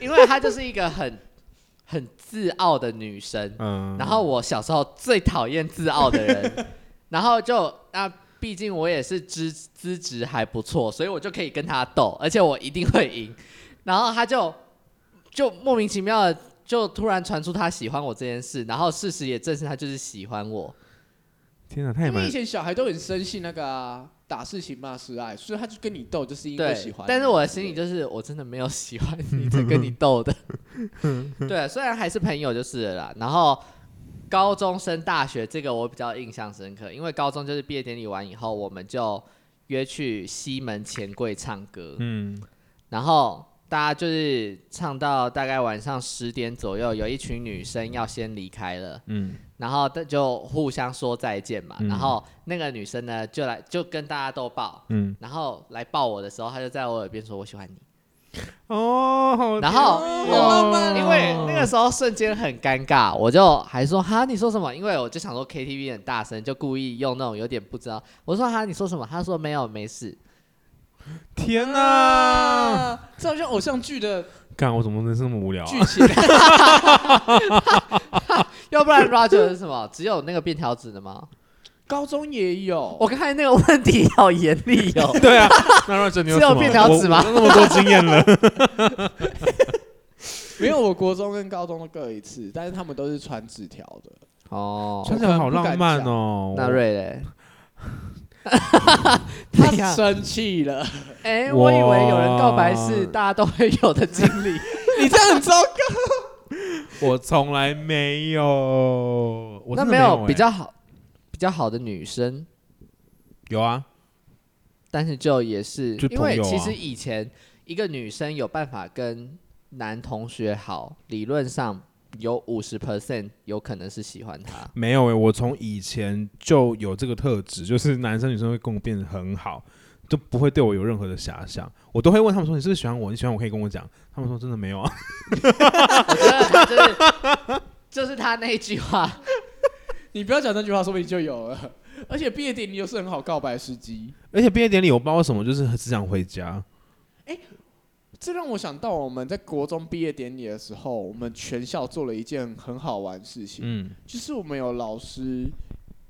Speaker 2: 因为她就是一个很很自傲的女生，
Speaker 1: 嗯，
Speaker 2: 然后我小时候最讨厌自傲的人， 然后就那毕竟我也是资资质还不错，所以我就可以跟他斗，而且我一定会赢。然后他就就莫名其妙的就突然传出他喜欢我这件事，然后事实也证实他就是喜欢我。
Speaker 1: 天哪，他也
Speaker 3: 因为
Speaker 1: 蛮
Speaker 3: 以前小孩都很生性那个、啊、打是情骂是爱，所以他就跟你斗，就是因为
Speaker 2: 对
Speaker 3: 喜欢你。
Speaker 2: 但是我的心里就是我真的没有喜欢你才跟你斗的。对，虽然还是朋友就是了啦。然后高中升大学这个我比较印象深刻，因为高中就是毕业典礼完以后，我们就约去西门钱柜唱歌，
Speaker 1: 嗯
Speaker 2: 然后大家就是唱到大概晚上十点左右，有一群女生要先离开了。
Speaker 1: 嗯
Speaker 2: 然后大就互相说再见嘛，
Speaker 1: 嗯
Speaker 2: 然后那个女生呢就来就跟大家都抱，
Speaker 1: 嗯，
Speaker 2: 然后来抱我的时候，她就在我耳边说我喜欢你，
Speaker 1: 哦，好
Speaker 2: 然后
Speaker 1: 甜
Speaker 2: 我啊
Speaker 1: 哦
Speaker 2: 因为那个时候瞬间很尴尬，我就还说哈你说什么？因为我就想说 KTV 很大声，就故意用那种有点不知道。我说哈你说什么？他说没有没 事。
Speaker 1: 天哪，
Speaker 3: 啊，这好像偶像剧的
Speaker 1: 干我怎么能这么无聊啊？。
Speaker 3: 剧情，
Speaker 2: 要不然 Roger 是什么？只有那个便条纸的吗？
Speaker 3: 高中也有。
Speaker 2: 我刚才那个问题好严厉哦
Speaker 1: 对啊，那让这你有
Speaker 2: 只有
Speaker 1: 什么
Speaker 2: 便条纸吗
Speaker 1: 我我那么多经验 了，
Speaker 3: 没有，我国中跟高中都各一次，但是他们都是传纸条 的。
Speaker 2: 哦，
Speaker 1: 真的好浪漫哦。
Speaker 2: 那瑞嘞？
Speaker 3: 他
Speaker 2: 等一下
Speaker 3: 生气了，
Speaker 2: 哎、
Speaker 1: 哇
Speaker 2: 我以为有人告白是大家都会有的经 历，
Speaker 3: 你这样很糟糕。
Speaker 1: 我从来没有，我
Speaker 2: 那
Speaker 1: 真的没
Speaker 2: 有
Speaker 1: 欸
Speaker 2: 比较好、比较好的女生，
Speaker 1: 有啊，
Speaker 2: 但是就也是、
Speaker 1: 就
Speaker 2: 因
Speaker 1: 朋
Speaker 2: 为
Speaker 1: 友啊
Speaker 2: 其实以前一个女生有办法跟男同学好，理论上有五十 percent 有可能是喜欢 他。
Speaker 1: 没有诶、欸我从以前就有这个特质，就是男生女生会跟我变得很好，就不会对我有任何的遐想。我都会问他们说：“你是不是喜欢我？你喜欢我可以跟我讲。”他们说：“真的没有啊。
Speaker 2: 我觉得他就是就是他那一句话，
Speaker 3: 你不要讲那句话，说不定就有了。 而且毕业典礼又是很好告白的时机，”
Speaker 1: 而且毕业典礼我不知道为什么，就是只想回家。
Speaker 3: 这让我想到我们在国中毕业典礼的时候，我们全校做了一件很好玩的事情，
Speaker 1: 嗯
Speaker 3: 就是我们有老师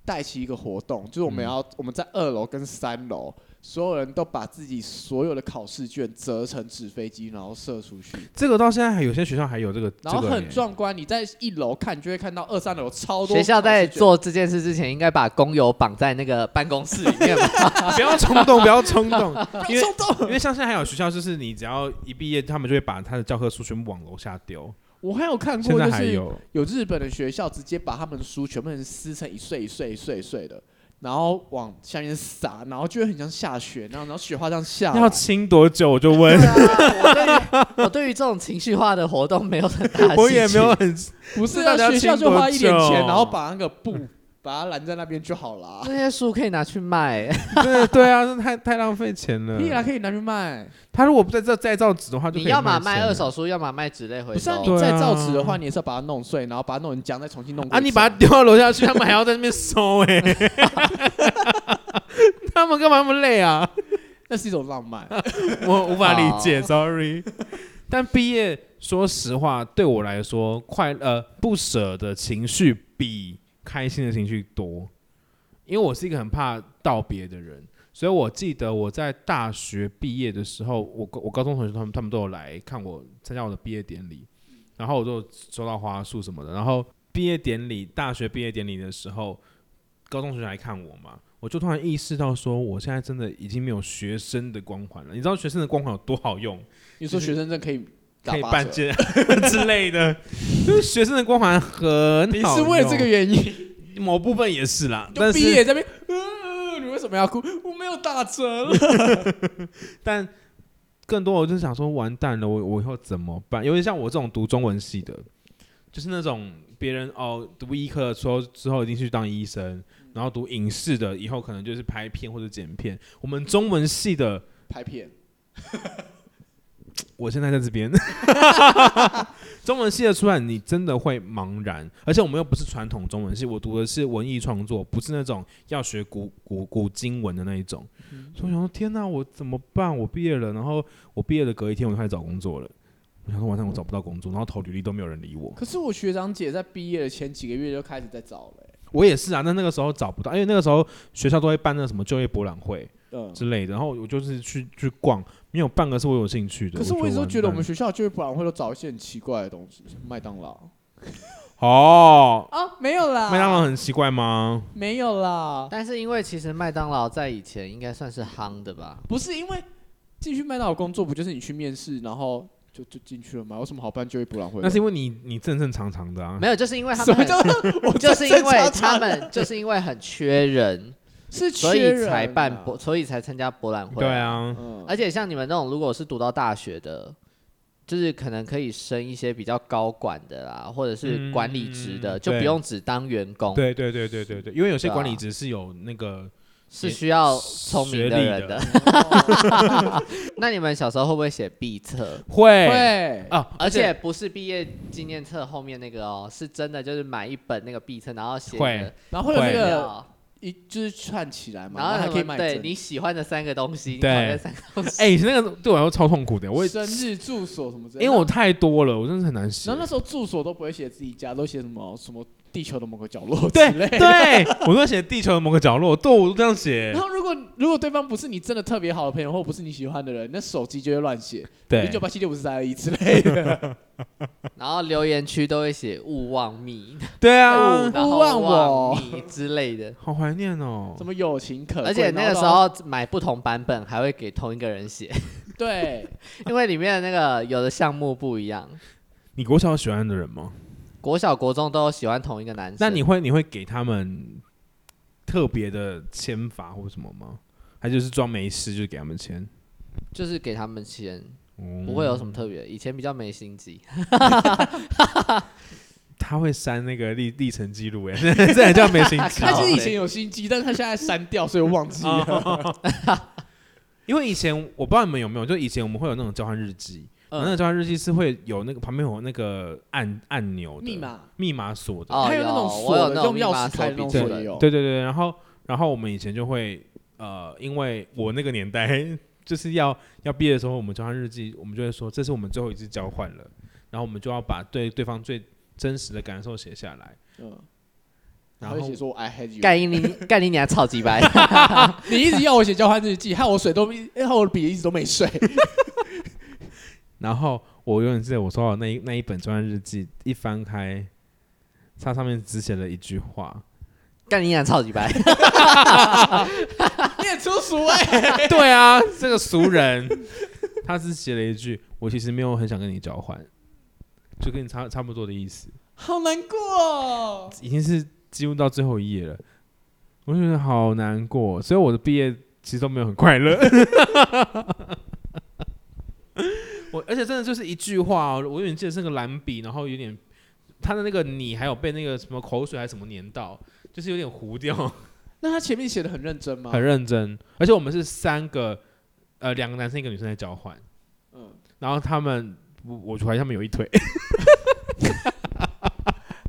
Speaker 3: 带起一个活动，就是我们要、我们在二楼跟三楼，所有人都把自己所有的考试卷折成纸飞机，然后射出去。
Speaker 1: 这个到现在还有些学校还有这个，
Speaker 3: 然后
Speaker 1: 这个
Speaker 3: 很
Speaker 1: 欸
Speaker 3: 壮观，你在一楼看，你就会看到二三楼超多。
Speaker 2: 学校在，做这件事之前，应该把工友绑在那个办公室里面吧。
Speaker 1: 不要冲动，不要冲 动，因为
Speaker 3: 冲动。
Speaker 1: 因为像现在还有学校，就是你只要一毕业，他们就会把他的教科书全部往楼下丢。
Speaker 3: 我还有看
Speaker 1: 现
Speaker 3: 过，
Speaker 1: 在
Speaker 3: 就
Speaker 1: 还
Speaker 3: 是
Speaker 1: 有，
Speaker 3: 有日本的学校直接把他们的书全部人撕成一碎一碎一碎一碎的，然后往下面撒，然后就会很像下雪那样，然后然后雪花这样下来。
Speaker 1: 要清多久我就 问，
Speaker 2: 对啊我对于我对于这种情绪化的活动没有很大的
Speaker 1: 我也
Speaker 2: 兴
Speaker 1: 没
Speaker 2: 趣
Speaker 1: 有很
Speaker 3: 不是
Speaker 1: 大
Speaker 3: 啊，
Speaker 1: 家
Speaker 3: 学校
Speaker 1: 清
Speaker 3: 就
Speaker 1: 多
Speaker 3: 花一点钱，
Speaker 1: 久
Speaker 3: 然后把那个布把它拦在那边就好啦。
Speaker 2: 这些书可以拿 去卖、
Speaker 1: 真的对啊，这太太浪费钱了
Speaker 3: 可。以啦，可以拿去卖。
Speaker 1: 他如果不在这再造纸的话，就可以
Speaker 2: 你要么
Speaker 1: 卖
Speaker 2: 卖
Speaker 1: 钱啊
Speaker 2: 二手书，要么卖纸类回
Speaker 3: 不是啊，
Speaker 2: 收。
Speaker 1: 对
Speaker 3: 你再
Speaker 1: 啊
Speaker 3: 造纸的话，你也是要把它弄碎，然后把它弄成浆，再重新弄过
Speaker 1: 啊！
Speaker 3: 一次。
Speaker 1: 你把它丢到楼下去，他们还要在那边收哎、 他们干嘛那么累啊？
Speaker 3: 那是一种浪 漫。
Speaker 1: 我无法理解
Speaker 2: 好
Speaker 1: ，sorry。但毕业，说实话，对我来说，快呃不舍的情绪比开心的情绪多，因为我是一个很怕道别的人，所以我记得我在大学毕业的时候，我高我高中同学他们他们都有来看我参加我的毕业典礼，然后我就收到花束什么的，然后毕业典礼，大学毕业典礼的时候，高中同学来看我嘛，我就突然意识到说，我现在真的已经没有学生的光环了。你知道学生的光环有多好用，
Speaker 3: 你说学生证可以打
Speaker 1: 可以
Speaker 3: 八
Speaker 1: 办
Speaker 3: 折
Speaker 1: 件 之类的，就是学生的光环很
Speaker 3: 你
Speaker 1: 好
Speaker 3: 是
Speaker 1: 用。
Speaker 3: 为了这个原因，
Speaker 1: 某部分也是啦，
Speaker 3: 就
Speaker 1: 但
Speaker 3: 毕
Speaker 1: 是
Speaker 3: 业这边，呃，你为什么要哭？我没有打折 了。
Speaker 1: 但更多我就想说，完蛋了，我我以后怎么办？尤其像我这种读中文系的，就是那种别人哦读医科的时候之后一定去当医生，然后读影视的以后可能就是拍片或者剪片。我们中文系的。
Speaker 3: 拍片，
Speaker 1: 我现在在这 边，中文系的出来，你真的会茫然。而且我们又不是传统中文系，我读的是文艺创作，不是那种要学古古古今文的那一种。
Speaker 3: 嗯
Speaker 1: 所以我想说，天哪、我怎么办？我毕业了，然后我毕业了隔一天我就开始找工作了。我想说，晚上我找不到工作，然后投履历都没有人理我。
Speaker 3: 可是我学长姐在毕业的前几个月就开始在找了、欸
Speaker 1: 我也是啊，那那个时候找不到，因为那个时候学校都会办那什么就业博览会
Speaker 3: 嗯，
Speaker 1: 之类的，然后我就是去去逛，没有半个是我有兴趣的。
Speaker 3: 可是我一直都
Speaker 1: 完
Speaker 3: 觉得我们
Speaker 1: 蛋
Speaker 3: 学校就业博览会都找一些很奇怪的东西，麦当劳
Speaker 1: 哦，
Speaker 3: 啊，没有啦，
Speaker 1: 麦当劳很奇怪吗？
Speaker 3: 没有啦，
Speaker 2: 但是因为其实麦当劳在以前应该算是夯的吧，
Speaker 3: 不是因为进去麦当劳工作，不就是你去面试，然后就就进去了吗？有什么好办就业博览会的？
Speaker 1: 那是因为你你正正常常的啊。
Speaker 2: 没有，就是因为他
Speaker 3: 什
Speaker 2: 们
Speaker 3: 么
Speaker 2: 很
Speaker 3: 叫做 我
Speaker 2: 就是因
Speaker 3: 正正
Speaker 2: 为
Speaker 3: 常
Speaker 2: 他
Speaker 3: 常
Speaker 2: 们就是因为很缺 人，
Speaker 3: 是
Speaker 2: 所
Speaker 3: 缺
Speaker 2: 以
Speaker 3: 人
Speaker 2: 才办
Speaker 3: 啊
Speaker 2: 博，所以才参加博览会。
Speaker 1: 对，啊，
Speaker 3: 嗯，
Speaker 2: 而且像你们那种，如果是读到大学的，就是可能可以升一些比较高管的啦，或者是管理职的，
Speaker 1: 嗯
Speaker 2: 就不
Speaker 1: 对
Speaker 2: 用只当员工，
Speaker 1: 对对对对对对，因为有些
Speaker 2: 对啊
Speaker 1: 管理职是有那个
Speaker 2: 是需要聪明
Speaker 1: 学历
Speaker 2: 人
Speaker 1: 的
Speaker 2: 的。 那你们小时候会不会写毕册？
Speaker 1: 会
Speaker 3: 会
Speaker 1: 啊，
Speaker 2: 而且不是毕业纪念册后面那个哦，是真的，就是买一本那个毕册，然后写
Speaker 1: 会
Speaker 2: 你的
Speaker 3: 然后会有那
Speaker 1: 会
Speaker 3: 个
Speaker 2: 料
Speaker 3: 一就是串起来嘛，
Speaker 2: 然后
Speaker 3: 还
Speaker 2: 他
Speaker 3: 可以
Speaker 2: 们
Speaker 3: 买
Speaker 2: 对
Speaker 3: 证
Speaker 2: 你喜欢的三个东西，你
Speaker 1: 对
Speaker 2: 讨厌三个东西。
Speaker 1: 哎，以前那个对我来说超痛苦的，我也
Speaker 3: 生日住所什么之类
Speaker 1: 因为
Speaker 3: 的，
Speaker 1: 我太多了，我真的很难写
Speaker 3: 然后。那时候住所都不会写自己家，都写什么什么地球的某个角落之
Speaker 1: 对
Speaker 3: 类的。
Speaker 1: 对，我都写地球的某个角落，对，我都这样 写
Speaker 3: 然。后如果如果对方不是你真的特别好的朋友，或不是你喜欢的人，那手机就会乱写
Speaker 1: 对
Speaker 3: 零，九八七六五四三二一之 类的。
Speaker 2: 然后留言区都会写勿忘密，
Speaker 1: 对
Speaker 2: 勿
Speaker 1: 啊，
Speaker 2: 然后
Speaker 3: 勿忘我
Speaker 2: 忘密之 类的。
Speaker 1: 好怀念哦
Speaker 3: 什。么友情可贵，
Speaker 2: 而且那个
Speaker 3: 然
Speaker 2: 时
Speaker 3: 后到
Speaker 2: 候买不同版本还会给同一个人写，
Speaker 3: 对，
Speaker 2: 因为里面的那个有的项目不一样。
Speaker 1: 你国小有喜欢的人吗？
Speaker 2: 国小、国中都有喜欢同一个男生，
Speaker 1: 那你会你会给他们特别的签法或什么吗？还就是装没事就给他们签？
Speaker 2: 就是给他们签，
Speaker 1: 哦
Speaker 2: 不会有什么特别的。以前比较没心机，
Speaker 1: 他会删那个历历程记录，哎， 这还叫没心机
Speaker 3: 他
Speaker 2: 靠
Speaker 3: 其实以前有心机，但是啊他现在删掉，所以我忘记
Speaker 1: 哦
Speaker 3: 了。
Speaker 1: 因为以前我不知道你们有没有，就以前我们会有那种交换日记，
Speaker 3: 嗯
Speaker 1: 然后那个交换日记是会有那个旁边有那个按按钮的
Speaker 3: 密码
Speaker 1: 密码锁的，
Speaker 2: 哦
Speaker 3: 还有那种
Speaker 2: 有
Speaker 3: 锁
Speaker 2: 我有
Speaker 3: 的
Speaker 2: 那
Speaker 3: 用
Speaker 2: 种密
Speaker 3: 钥
Speaker 2: 码
Speaker 3: 匙开
Speaker 2: 锁
Speaker 3: 的那种
Speaker 2: 笔
Speaker 1: 对
Speaker 3: 锁
Speaker 2: 记
Speaker 3: 也有。
Speaker 1: 对对对，然后然后我们以前就会呃，因为我那个年代 就是要要毕业的时候，我们交换日记，我们就会说这是我们最后一次交换了，然后我们就要把对对方最真实的感受写下来。
Speaker 3: 嗯，然
Speaker 1: 然后
Speaker 3: 后会写说 I hate you，
Speaker 2: 盖你盖你娘超级白，
Speaker 3: 你一直要我写交换日记，害我水都没，害我笔一直都没水。
Speaker 1: 然后我永远记得我收到的那一那一本交换日记，一翻开，它上面只写了一句话，
Speaker 2: 盖你娘超级白。
Speaker 3: 你也出俗哎、
Speaker 1: 对啊，这个俗人，他只写了一句：“我其实没有很想跟你交换，就跟你差差不多的意思。
Speaker 3: 好难过、哦。”
Speaker 1: 已经是进入到最后一页了，我就觉得好难过。所以我的毕业其实都没有很快乐。我而且真的就是一句话、哦，我有点记得是个蓝笔，然后有点他的那个你还有被那个什么口水还是什么粘到，就是有点糊掉。
Speaker 3: 那他前面写的很认真吗？
Speaker 1: 很认真，而且我们是三个，呃，两个男生一个女生在交换，
Speaker 3: 嗯
Speaker 1: 然后他们，我我怀疑他们有一腿，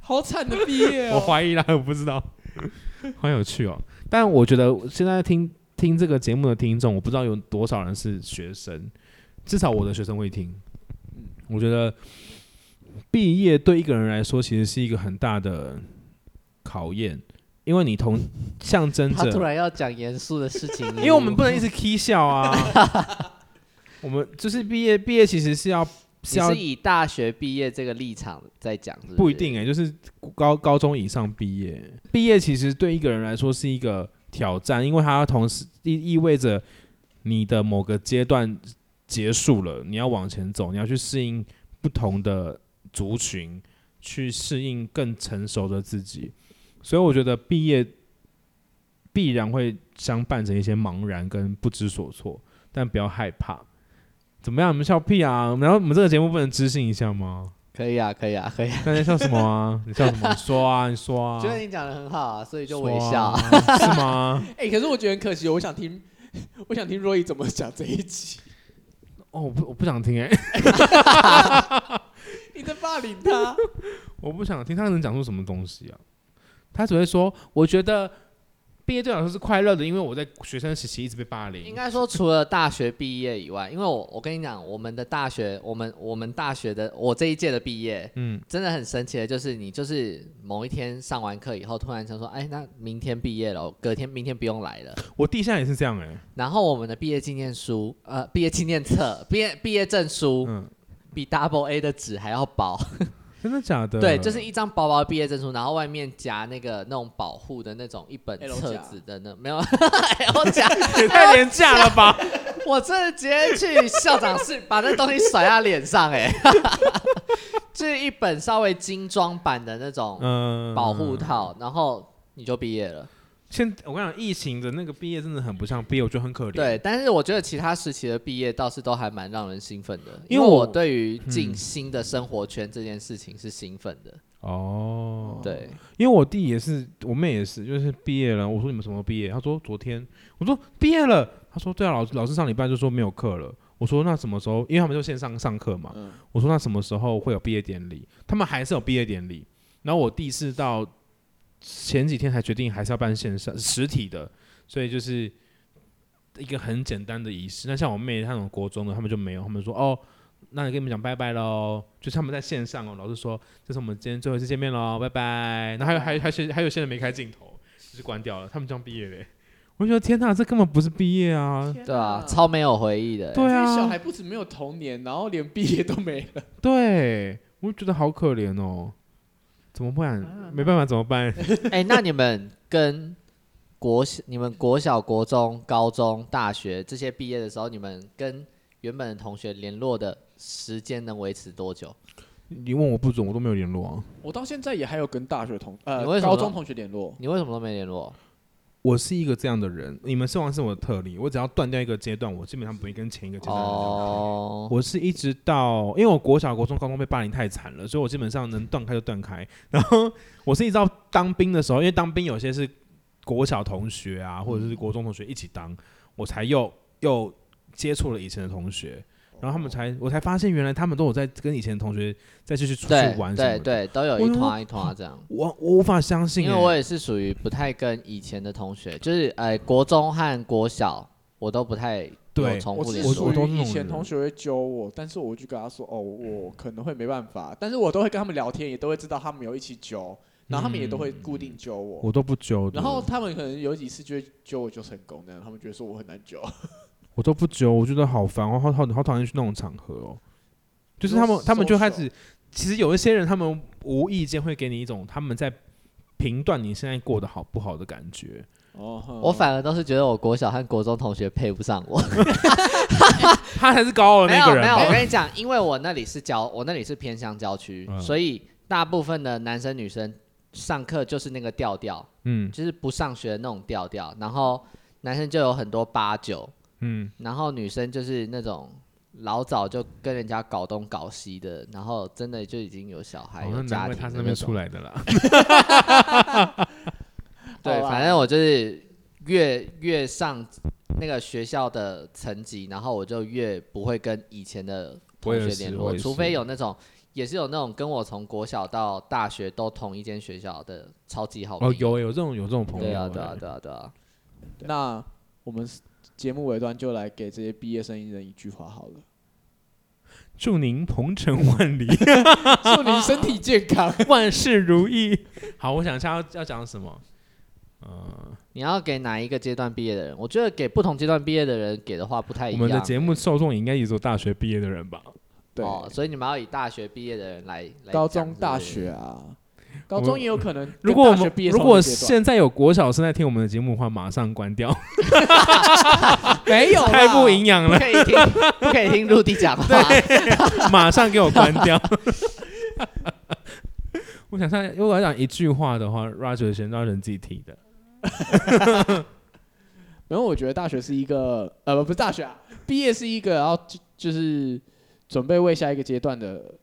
Speaker 3: 好惨的毕业
Speaker 1: 我
Speaker 3: 哦。
Speaker 1: 怀疑啦，我不知道，好有趣哦。但我觉得现在听听这个节目的听众，我不知道有多少人是学生，至少我的学生会听。我觉得毕业对一个人来说，其实是一个很大的考验，因为你同象征
Speaker 2: 他
Speaker 1: 着
Speaker 2: 突然要讲严肃的事情，
Speaker 1: 因为我们不能一直 k 笑 啊。我们就是毕业，毕业其实是要是
Speaker 2: 你
Speaker 1: 要
Speaker 2: 是以大学毕业这个立场在讲，是是
Speaker 1: 不一。定哎、就是高高中以上毕业，毕业其实对一个人来说是一个挑战，因为它同时意意味着你的某个阶段结束了，你要往前走，你要去适应不同的族群，去适应更成熟的自己。所以我觉得毕业必然会相伴着一些茫然跟不知所措，但不要害怕。怎么样？你们笑屁啊！然后我们这个节目不能知性一下吗？
Speaker 2: 可以啊，可以啊，可以啊。
Speaker 1: 那在笑什么啊？你笑什么？你说啊，你说啊。
Speaker 2: 觉得你讲的很好啊，所以就
Speaker 1: 说
Speaker 2: 微
Speaker 1: 啊
Speaker 2: 笑啊。
Speaker 1: 是吗？
Speaker 3: 哎、可是我觉得很可惜，我想听，我想听若依怎么讲这一集。
Speaker 1: 哦，我不我不想听哎、
Speaker 3: 你在霸凌他？
Speaker 1: 我不想听他能讲出什么东西啊？他只会说，我觉得毕业对我来说是快乐的，因为我在学生时期一直被霸凌
Speaker 2: 应。该说，除了大学毕业以外，因为我我跟你讲，我们的大学，我们我们大学的我这一届的毕业，
Speaker 1: 嗯，
Speaker 2: 真的很神奇的，就是你就是某一天上完课以后，突然想说，哎，那明天毕业了，隔天明天不用来了。
Speaker 1: 我弟现在也是这样哎、
Speaker 2: 然后我们的毕业纪念书，呃，毕业纪念册、毕业毕业证书，
Speaker 1: 嗯，
Speaker 2: 比 Double A 的纸还要薄。
Speaker 1: 真的假的？
Speaker 2: 对，就是一张薄薄的毕业证书，然后外面夹那个那种保护的那种一本
Speaker 3: L
Speaker 2: 册
Speaker 3: 夹
Speaker 2: 子的那没有 L 夹，
Speaker 1: 也 太廉价了吧？
Speaker 2: 我真的直接去校长室把那东西甩他脸上、 哎，就是一本稍微精装版的那种
Speaker 1: 嗯，
Speaker 2: 啊保护套，然后你就毕业了。
Speaker 1: 现我跟你讲，疫情的那个毕业真的很不像毕业，我觉得很可怜。
Speaker 2: 对，，但是我觉得其他时期的毕业倒是都还蛮让人兴奋的，
Speaker 1: 因为
Speaker 2: 因为我
Speaker 1: 我嗯
Speaker 2: 对于进新的生活圈这件事情是兴奋的。
Speaker 1: 哦，
Speaker 2: 对，
Speaker 1: 因为我弟也是，我妹也是，就是毕业了。我说你们什么时候毕业？他说昨天。我说毕业了。他说对啊，老师老师上礼拜就说没有课了。我说那什么时候？因为他们就线上上课嘛。
Speaker 3: 嗯
Speaker 1: 我说那什么时候会有毕业典礼？他们还是有毕业典礼。然后我弟是到前几天才决定还是要办线上实体的，所以就是一个很简单的仪式。那像我妹她那种国中的，他们就没有，他们说哦，那你跟你们讲拜拜喽，就是他们在线上哦，老师说这是我们今天最后一次见面喽，拜拜。 然后还有还有还有还有些人没开镜头，就是关掉了，他们这样毕业嘞。我就觉得天哪，这根本不是毕业啊！
Speaker 2: 对啊，超没有回忆的、欸
Speaker 1: 对
Speaker 3: 这
Speaker 1: 啊
Speaker 3: 些小孩不止没有童年，然后连毕业都没了。
Speaker 1: 对，我就觉得好可怜哦，怎么办？没办法，怎么办？
Speaker 2: 哎、那你们跟国小、你们国小、国中、高中、大学这些毕业的时候，你们跟原本的同学联络的时间能维持多久？
Speaker 1: 你问我不准，我都没有联络啊。
Speaker 3: 我到现在也还有跟大学同呃
Speaker 2: 你为什么
Speaker 3: 高中同学联络，
Speaker 2: 你为什么都没联络？
Speaker 1: 我是一个这样的人，你们希望是我的特例。我只要断掉一个阶段，我基本上不会跟前一个阶段联络。
Speaker 2: 哦，
Speaker 1: 我是一直到，因为我国小、国中、高中被霸凌太惨了，所以我基本上能断开就断开。然后我是一直到当兵的时候，因为当兵有些是国小同学啊，或者是国中同学一起当，我才又又接触了以前的同学，然后他们才我才发现原来他们都有在跟以前的同学再继续出去
Speaker 2: 对
Speaker 1: 玩什么的。
Speaker 2: 对对，都有
Speaker 1: 我
Speaker 2: 一
Speaker 1: 就说
Speaker 2: 团一团这样。
Speaker 1: 我我无法相信、欸，
Speaker 2: 因为我也是属于不太跟以前的同学，就是呃国中和国小我都不太有
Speaker 1: 对
Speaker 2: 重
Speaker 3: 我
Speaker 2: 复
Speaker 3: 是
Speaker 2: 联
Speaker 1: 我
Speaker 2: 络
Speaker 3: 属
Speaker 1: 我。都是
Speaker 3: 于
Speaker 1: 那
Speaker 3: 以
Speaker 1: 种
Speaker 3: 前
Speaker 1: 人
Speaker 3: 同学会揪我，但是我就跟他说哦，我可能会没办法，但是我都会跟他们聊天，也都会知道他们有一起揪，然后他们也都会固定揪我。
Speaker 1: 我都不揪的，
Speaker 3: 然后他们可能有几次就会揪我揪成功的，他们觉得说我很难揪。
Speaker 1: 我都不揪，我觉得好烦，我好好好讨厌去那种场合哦。就是他们
Speaker 3: 就，是
Speaker 1: 他们就
Speaker 3: social
Speaker 1: 开始，其实有一些人，他们无意间会给你一种他们在评断你现在过得好不好的感觉。
Speaker 3: 哦，
Speaker 2: 我反而都是觉得我国小和国中同学配不上我，
Speaker 1: 他才是高傲的
Speaker 2: 没
Speaker 1: 那个
Speaker 2: 有
Speaker 1: 人
Speaker 2: 没有，
Speaker 1: 吧。
Speaker 2: 我跟你讲，因为我那里是郊，我那里是偏乡郊区，
Speaker 1: 嗯
Speaker 2: 所以大部分的男生女生上课就是那个调调，
Speaker 1: 嗯
Speaker 2: 就是不上学的那种调调，然后男生就有很多八九，
Speaker 1: 嗯，
Speaker 2: 然后女生就是那种老早就跟人家搞东搞西的，然后真的就已经有小孩、
Speaker 1: 好
Speaker 2: 哎有
Speaker 1: 像
Speaker 2: 家
Speaker 1: 难
Speaker 2: 庭
Speaker 1: 怪他
Speaker 2: 的
Speaker 1: 是哦
Speaker 2: 那
Speaker 1: 那边
Speaker 2: 种
Speaker 1: 出来的啦。
Speaker 2: 对，
Speaker 3: 好啦啊
Speaker 2: 反正我就是越越上那个学校的层级，然后我就越不会跟以前的同
Speaker 1: 我
Speaker 2: 学
Speaker 1: 也是
Speaker 2: 联
Speaker 1: 我
Speaker 2: 络，
Speaker 1: 也是
Speaker 2: 除非有那种也是有那种跟我从国小到大学都同一间学校的超级好朋
Speaker 1: 哦，
Speaker 2: 友。
Speaker 1: 有有这种有这种朋友
Speaker 2: 对啊，
Speaker 1: 欸
Speaker 2: 对啊，对啊，对啊！
Speaker 3: 那我们节目尾端就来给这些毕业生一人一句 话好了，
Speaker 1: 祝您鹏程万 里，
Speaker 3: 祝你身体健 康。
Speaker 1: 万事如意。好，我想一下要要讲什么。呃，
Speaker 2: 你要给哪一个阶段毕业的人？我觉得给不同阶段毕业的人给的话不太哎一
Speaker 1: 我
Speaker 2: 样。
Speaker 1: 们的节目受众也应该也是有大学毕业的人吧？
Speaker 3: 对，
Speaker 2: 哦，所以你们要以大学毕业的人来来
Speaker 3: 高
Speaker 2: 讲
Speaker 3: 中、
Speaker 2: 是
Speaker 3: 大。
Speaker 2: 不是
Speaker 3: 学啊，高中也有可能跟
Speaker 1: 如果我
Speaker 3: 大学
Speaker 1: 们
Speaker 3: 毕业
Speaker 1: 如
Speaker 3: 同一
Speaker 1: 果
Speaker 3: 个阶段
Speaker 1: 现在有国小生在听我们的节目的话，马上关 掉，
Speaker 3: 没有啦
Speaker 1: 太不营养
Speaker 2: 不
Speaker 1: 了，
Speaker 2: 可以听，不可以听陆地 讲话。
Speaker 1: 马上给我关掉。 我想看，如果要讲一句话的话，Roger 先 Roger 自己提的。
Speaker 3: 然后我觉得大学是一个呃，不不是大学啊，毕业是一个，然后就就是准备为下一个阶段的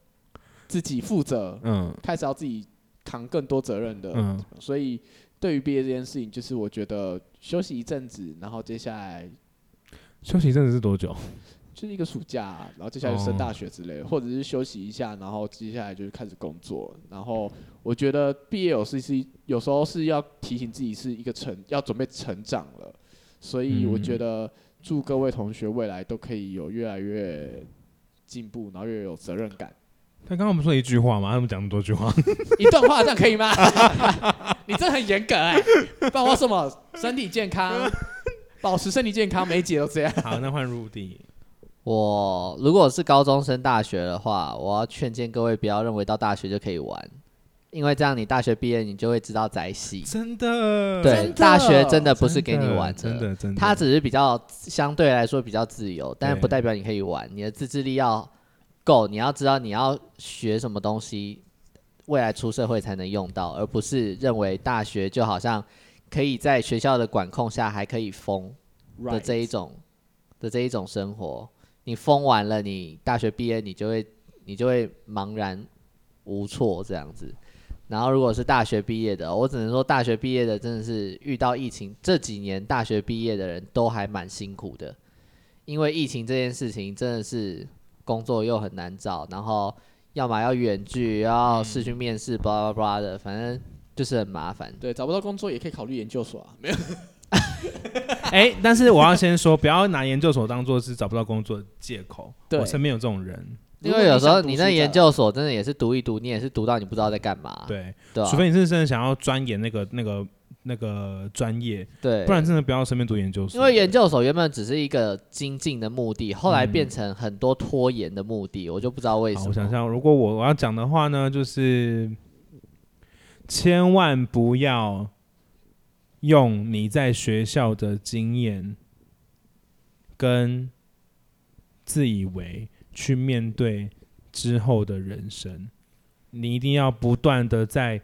Speaker 3: 自己负责，
Speaker 1: 嗯
Speaker 3: 开始要自己扛更多责任的。
Speaker 1: 嗯，
Speaker 3: 所以对于毕业这件事情，就是我觉得休息一阵子，然后接下来
Speaker 1: 休息一阵子是多久？
Speaker 3: 就是一个暑假、然后接下来就升大学之类的，或者是休息一下，然后接下来就是开始工作。然后我觉得毕业有时是有时候是要提醒自己是一个成要准备成长了，所以我觉得祝各位同学未来都可以有越来越进步，然后越有责任感。
Speaker 1: 他刚刚不是说一句话吗？他们讲那么多句 话，
Speaker 3: 一段话这样可以吗？ 你这很严格哎、帮我什么身体健康，保持身体健康，每一集都这样。
Speaker 1: 好，那换入地。
Speaker 2: 我如果是高中升大学的话，我要劝谏各位不要认为到大学就可以玩，因为这样你大学毕业你就会知道宅系。
Speaker 1: 真的，
Speaker 2: 对，大学真的不是给你
Speaker 1: 真的
Speaker 2: 玩
Speaker 1: 真的真的。
Speaker 2: 它只是比较相对来说比较自由，但是
Speaker 1: 对
Speaker 2: 不代表你可以玩，你的自制力要够，你要知道你要学什么东西，未来出社会才能用到，而不是认为大学就好像可以在学校的管控下还可以疯的这一种的这一种生活。你疯完了，你大学毕业你就会你就会茫然无措这样子。然后如果是大学毕业的，我只能说大学毕业的真的是遇到疫情这几年，大学毕业的人都还蛮辛苦的，因为疫情这件事情真的是工作又很难找，然后要么要远距，
Speaker 3: 嗯
Speaker 2: 要视讯面试，巴拉巴拉的，反正就是很麻烦。
Speaker 3: 对，找不到工作也可以考虑研究所啊，没有
Speaker 1: 哎、但是我要先说，不要拿研究所当做是找不到工作的借口。
Speaker 3: 对
Speaker 1: 我身边有这种人，
Speaker 2: 因为有时候
Speaker 3: 如果
Speaker 2: 你
Speaker 3: 你想
Speaker 2: 那
Speaker 3: 读书
Speaker 2: 研究所真的也是读一读，你也是读到你不知道在干嘛，
Speaker 1: 对，
Speaker 2: 啊
Speaker 1: 啊
Speaker 2: 对吧
Speaker 1: 除非你是真的想要钻研那个那个那个专业，
Speaker 2: 对，
Speaker 1: 不然真的不要身边读研究所。
Speaker 2: 因为研究所原本只是一个精进的目的，后来变成很多拖延的目的，我就不知道为什
Speaker 1: 好，
Speaker 2: 么。
Speaker 1: 我想想，如果我我要讲的话呢，就是千万不要用你在学校的经验跟自以为去面对之后的人生，你一定要不断的在。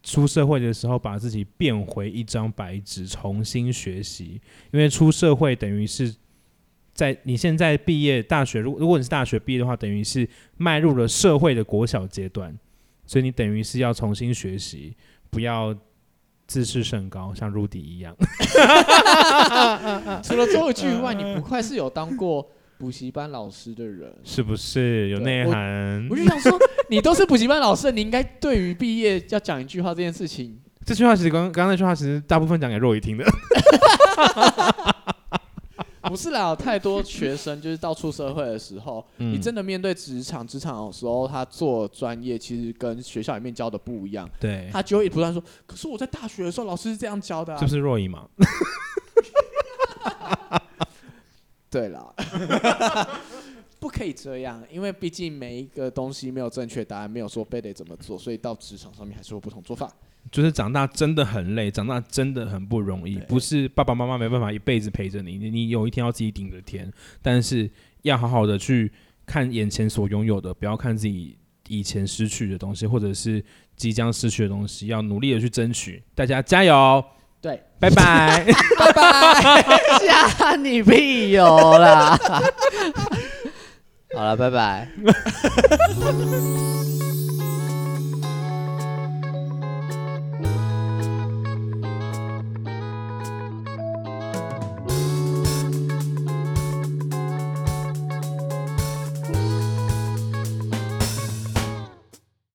Speaker 1: 出社会的时候，把自己变回一张白纸，重新学习。因为出社会等于是在你现在毕业大学，如如果你是大学毕业的话，等于是迈入了社会的国小阶段，所以你等于是要重新学习，不要自视甚高，像 Rudy 一样。
Speaker 3: 除了周剧以外，
Speaker 2: 嗯
Speaker 3: 你不愧是有当过补习班老师的 人。
Speaker 2: 嗯
Speaker 1: 是不是有内涵
Speaker 3: 我？就想说，你都是补习班老师，你应该对于毕业要讲一句话这件事 情，
Speaker 1: 这句话其实刚刚刚那句话其实大部分讲给若雨听的。
Speaker 3: 不是啦，有太多学生就是到出社会的时候，
Speaker 1: 嗯
Speaker 3: 你真的面对职场，职场有时候他做专业其实跟学校里面教的不一样，
Speaker 1: 对，
Speaker 3: 他就会不断说，可是我在大学的时候老师是这样教的、啊，
Speaker 1: 是不是若雨嘛？
Speaker 3: 对啦， 不可以这样，因为毕竟每一个东西没有正确答案，没有说非得怎么做，所以到职场上面还是有不同做法。
Speaker 1: 就是长大真的很累，长大真的很不容易，
Speaker 3: 对
Speaker 1: 不是爸爸妈妈没办法一辈子陪着你，你你有一天要自己顶着天，但是要好好的去看眼前所拥有的，不要看自己以前失去的东西，或者是即将失去的东西，要努力的去争取。大家加油，
Speaker 3: 对，
Speaker 1: 拜拜！
Speaker 2: 拜拜，吓 你屁油 啦！好了，拜拜。